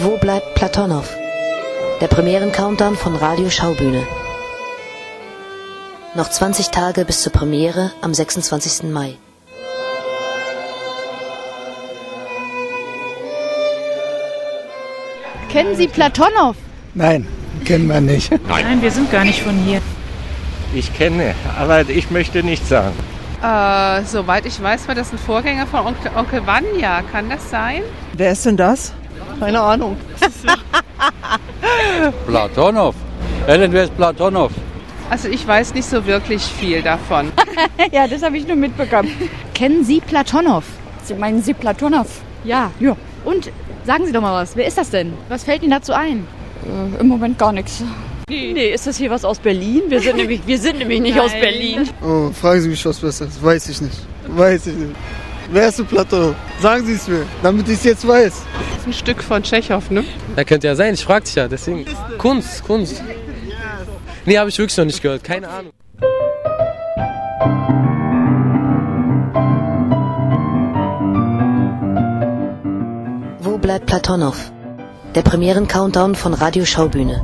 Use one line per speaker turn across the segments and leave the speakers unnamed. Wo bleibt Platonow? Der Premieren-Countdown von Radio Schaubühne. Noch 20 Tage bis zur Premiere am 26. Mai.
Kennen Sie Platonow?
Nein, kennen wir nicht.
Nein, wir sind gar nicht von hier.
Ich kenne, aber ich möchte nichts sagen.
Äh, soweit ich weiß, war das ein Vorgänger von Onkel, Onkel Vanya. Kann das sein?
Wer ist denn das?
Keine Ahnung.
Platonow. Irgendwer ist Platonow.
Also ich weiß nicht so wirklich viel davon.
Ja, das habe ich nur mitbekommen. Kennen Sie Platonow?
Sie meinen Sie Platonow?
Ja.
Ja.
Und sagen Sie doch mal was. Wer ist das denn? Was fällt Ihnen dazu ein?
Äh, Im Moment gar nichts.
Nee, ist das hier was aus Berlin? Wir sind nämlich, wir sind nämlich nicht aus Berlin.
Oh, fragen Sie mich was Besseres. Weiß ich nicht. Weiß ich nicht. Wer ist ein Platon? Sagen Sie es mir, damit ich es jetzt weiß.
Das ist ein Stück von Tschechow, ne?
Ja, könnte ja sein, ich frag dich ja, deswegen. Kunst, Kunst. Nee, habe ich wirklich noch nicht gehört, keine Ahnung.
Wo bleibt Platonow? Der Premieren-Countdown von Radio Schaubühne.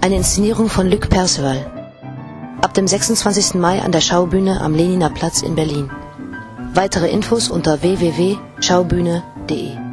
Eine Inszenierung von Luc Perceval. Ab dem 26. Mai an der Schaubühne am Leniner Platz in Berlin. Weitere Infos unter www.schaubühne.de